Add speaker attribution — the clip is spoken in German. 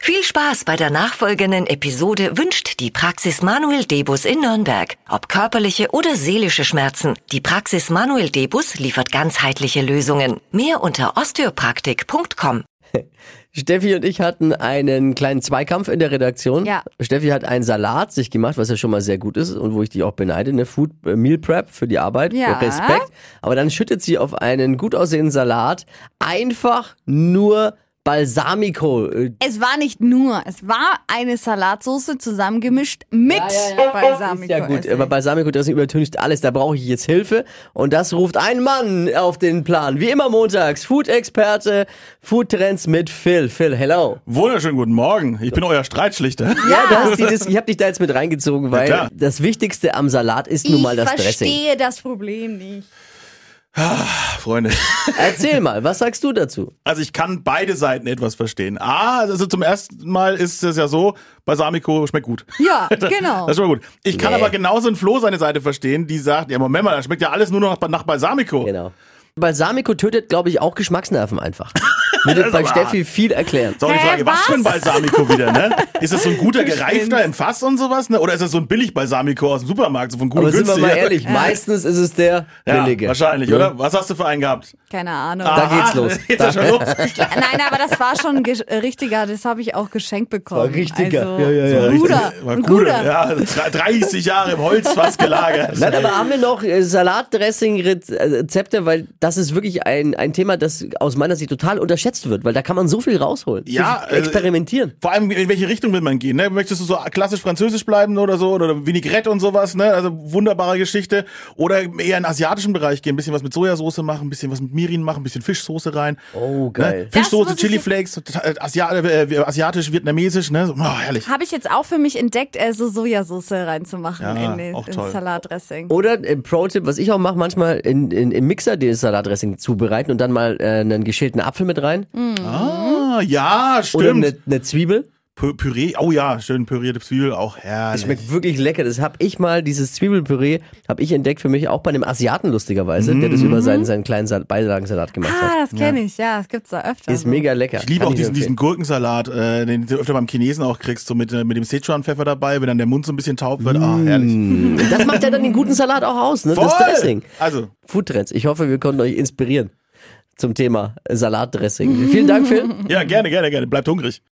Speaker 1: Viel Spaß bei der nachfolgenden Episode wünscht die Praxis Manuel Debus in Nürnberg. Ob körperliche oder seelische Schmerzen, die Praxis Manuel Debus liefert ganzheitliche Lösungen. Mehr unter osteopraktik.com.
Speaker 2: Steffi und ich hatten einen kleinen Zweikampf in der Redaktion.
Speaker 3: Ja.
Speaker 2: Steffi hat einen Salat sich gemacht, was ja schon mal sehr gut ist und wo ich die auch beneide, ne? Food äh, Meal Prep für die Arbeit.
Speaker 3: Ja.
Speaker 2: Respekt. Aber dann schüttet sie auf einen gut aussehenden Salat einfach nur Balsamico. äh,
Speaker 3: Es war nicht nur, es war eine Salatsauce zusammengemischt mit Balsamico.
Speaker 2: Ist ja gut,
Speaker 3: Essig.
Speaker 2: aber Balsamico Dressing übertüncht alles, da brauche ich jetzt Hilfe und das ruft ein Mann auf den Plan. Wie immer montags, Food-Experte, Food-Trends mit Phil. Phil, hello.
Speaker 4: Wunderschönen guten Morgen. Ich bin euer Streitschlichter.
Speaker 2: Ja, du hast dieses, ich habe dich da jetzt mit reingezogen, weil
Speaker 4: klar.
Speaker 2: das Wichtigste am Salat ist nun mal das
Speaker 3: ich
Speaker 2: Dressing.
Speaker 3: verstehe das Problem nicht.
Speaker 4: Freunde.
Speaker 2: Erzähl mal, was sagst du dazu?
Speaker 4: Also ich kann beide Seiten etwas verstehen. Ah, also zum ersten Mal ist es ja so, Balsamico schmeckt gut.
Speaker 3: Ja, genau.
Speaker 4: Das ist schon mal gut. Ich kann
Speaker 2: Nee.
Speaker 4: aber genauso in Flo seine Seite verstehen, die sagt, ja Moment mal, das schmeckt ja alles nur noch nach Balsamico.
Speaker 2: Genau. Balsamico tötet, glaube ich, auch Geschmacksnerven einfach. Würde
Speaker 4: ist
Speaker 2: bei
Speaker 4: aber
Speaker 2: Steffi viel erklären.
Speaker 4: So, die
Speaker 3: Hä,
Speaker 4: Frage, was?
Speaker 3: was?
Speaker 4: für ein Balsamico wieder, ne? Ist das so ein guter gereifter im Fass und sowas, ne? Oder ist das so ein billig Balsamico aus dem Supermarkt, so von gut
Speaker 2: Aber
Speaker 4: und
Speaker 2: sind wir
Speaker 4: günstig?
Speaker 2: mal ehrlich, meistens ist es der
Speaker 4: ja,
Speaker 2: billige.
Speaker 4: wahrscheinlich,
Speaker 2: Ne?
Speaker 4: oder? Was hast du für einen gehabt?
Speaker 3: Keine Ahnung.
Speaker 2: Da geht's los.
Speaker 4: Geht's ja schon los.
Speaker 3: Nein, aber das war schon ein gesch- äh, richtiger, das habe ich auch geschenkt bekommen.
Speaker 2: War richtiger.
Speaker 3: Also,
Speaker 2: Ja, ja, ja,
Speaker 3: ein
Speaker 4: Richtig.
Speaker 3: Guter,
Speaker 4: War
Speaker 3: ein
Speaker 4: guter.
Speaker 3: guter.
Speaker 4: Ja, 30 Jahre im Holzfass gelagert.
Speaker 2: Nein, aber haben wir noch äh, Salatdressing-Rezepte, weil das ist wirklich ein, ein Thema, das aus meiner Sicht total unterschätzt wird, weil da kann man so viel rausholen.
Speaker 4: Ja, äh,
Speaker 2: so viel experimentieren.
Speaker 4: Vor allem, in welche Richtung will man gehen? Ne? Möchtest du so klassisch französisch bleiben oder so? Oder Vinaigrette und sowas? Ne? Also wunderbare Geschichte. Oder eher in den asiatischen Bereich gehen. Ein bisschen was mit Sojasauce machen, ein bisschen was mit Mirin machen, ein bisschen Fischsoße rein.
Speaker 2: Oh, geil.
Speaker 4: Ne?
Speaker 3: Das
Speaker 4: Fischsoße,
Speaker 3: muss ich
Speaker 4: Chili
Speaker 3: jetzt-
Speaker 4: Flakes, äh, Asia äh, asiatisch, vietnamesisch. Ne? So, Oh, herrlich.
Speaker 3: Habe ich jetzt auch für mich entdeckt, äh, so Sojasauce reinzumachen
Speaker 4: Ja,
Speaker 3: in den,
Speaker 4: auch
Speaker 3: ins
Speaker 4: toll.
Speaker 3: Salatdressing.
Speaker 2: Oder äh, Pro-Tipp, was ich auch mache, manchmal in, in, im Mixer den Salatdressing zubereiten und dann mal äh, einen geschälten Apfel mit rein
Speaker 4: Ah, ja,
Speaker 2: oder
Speaker 4: stimmt.
Speaker 2: eine, eine Zwiebel.
Speaker 4: Pü- Püree. Oh ja, schön pürierte Zwiebel. Auch herrlich.
Speaker 2: Schmeckt wirklich lecker. Das habe ich mal, dieses Zwiebelpüree, habe ich entdeckt für mich auch bei einem Asiaten lustigerweise, der
Speaker 4: Mhm.
Speaker 2: das über seinen, seinen kleinen Sal Beilagensalat gemacht hat.
Speaker 3: Ah, das kenne ich, ja, das gibt's da öfter.
Speaker 2: Ist
Speaker 3: so.
Speaker 2: mega lecker.
Speaker 4: Ich liebe
Speaker 2: Kann
Speaker 4: auch diesen,
Speaker 2: empfehlen.
Speaker 4: diesen Gurkensalat, äh, den du öfter beim Chinesen auch kriegst, so mit, äh, mit dem Sichuan-Pfeffer dabei, wenn dann der Mund so ein bisschen taub wird. Ah, herrlich.
Speaker 2: Und Das macht ja dann den guten Salat auch aus, ne? Mm. Das
Speaker 4: Voll!
Speaker 2: Dressing.
Speaker 4: Also,
Speaker 2: Foodtrends. Ich hoffe, wir konnten euch inspirieren zum Thema Salatdressing. Vielen Dank, Phil.
Speaker 4: ja, gerne, gerne, gerne. Bleibt hungrig.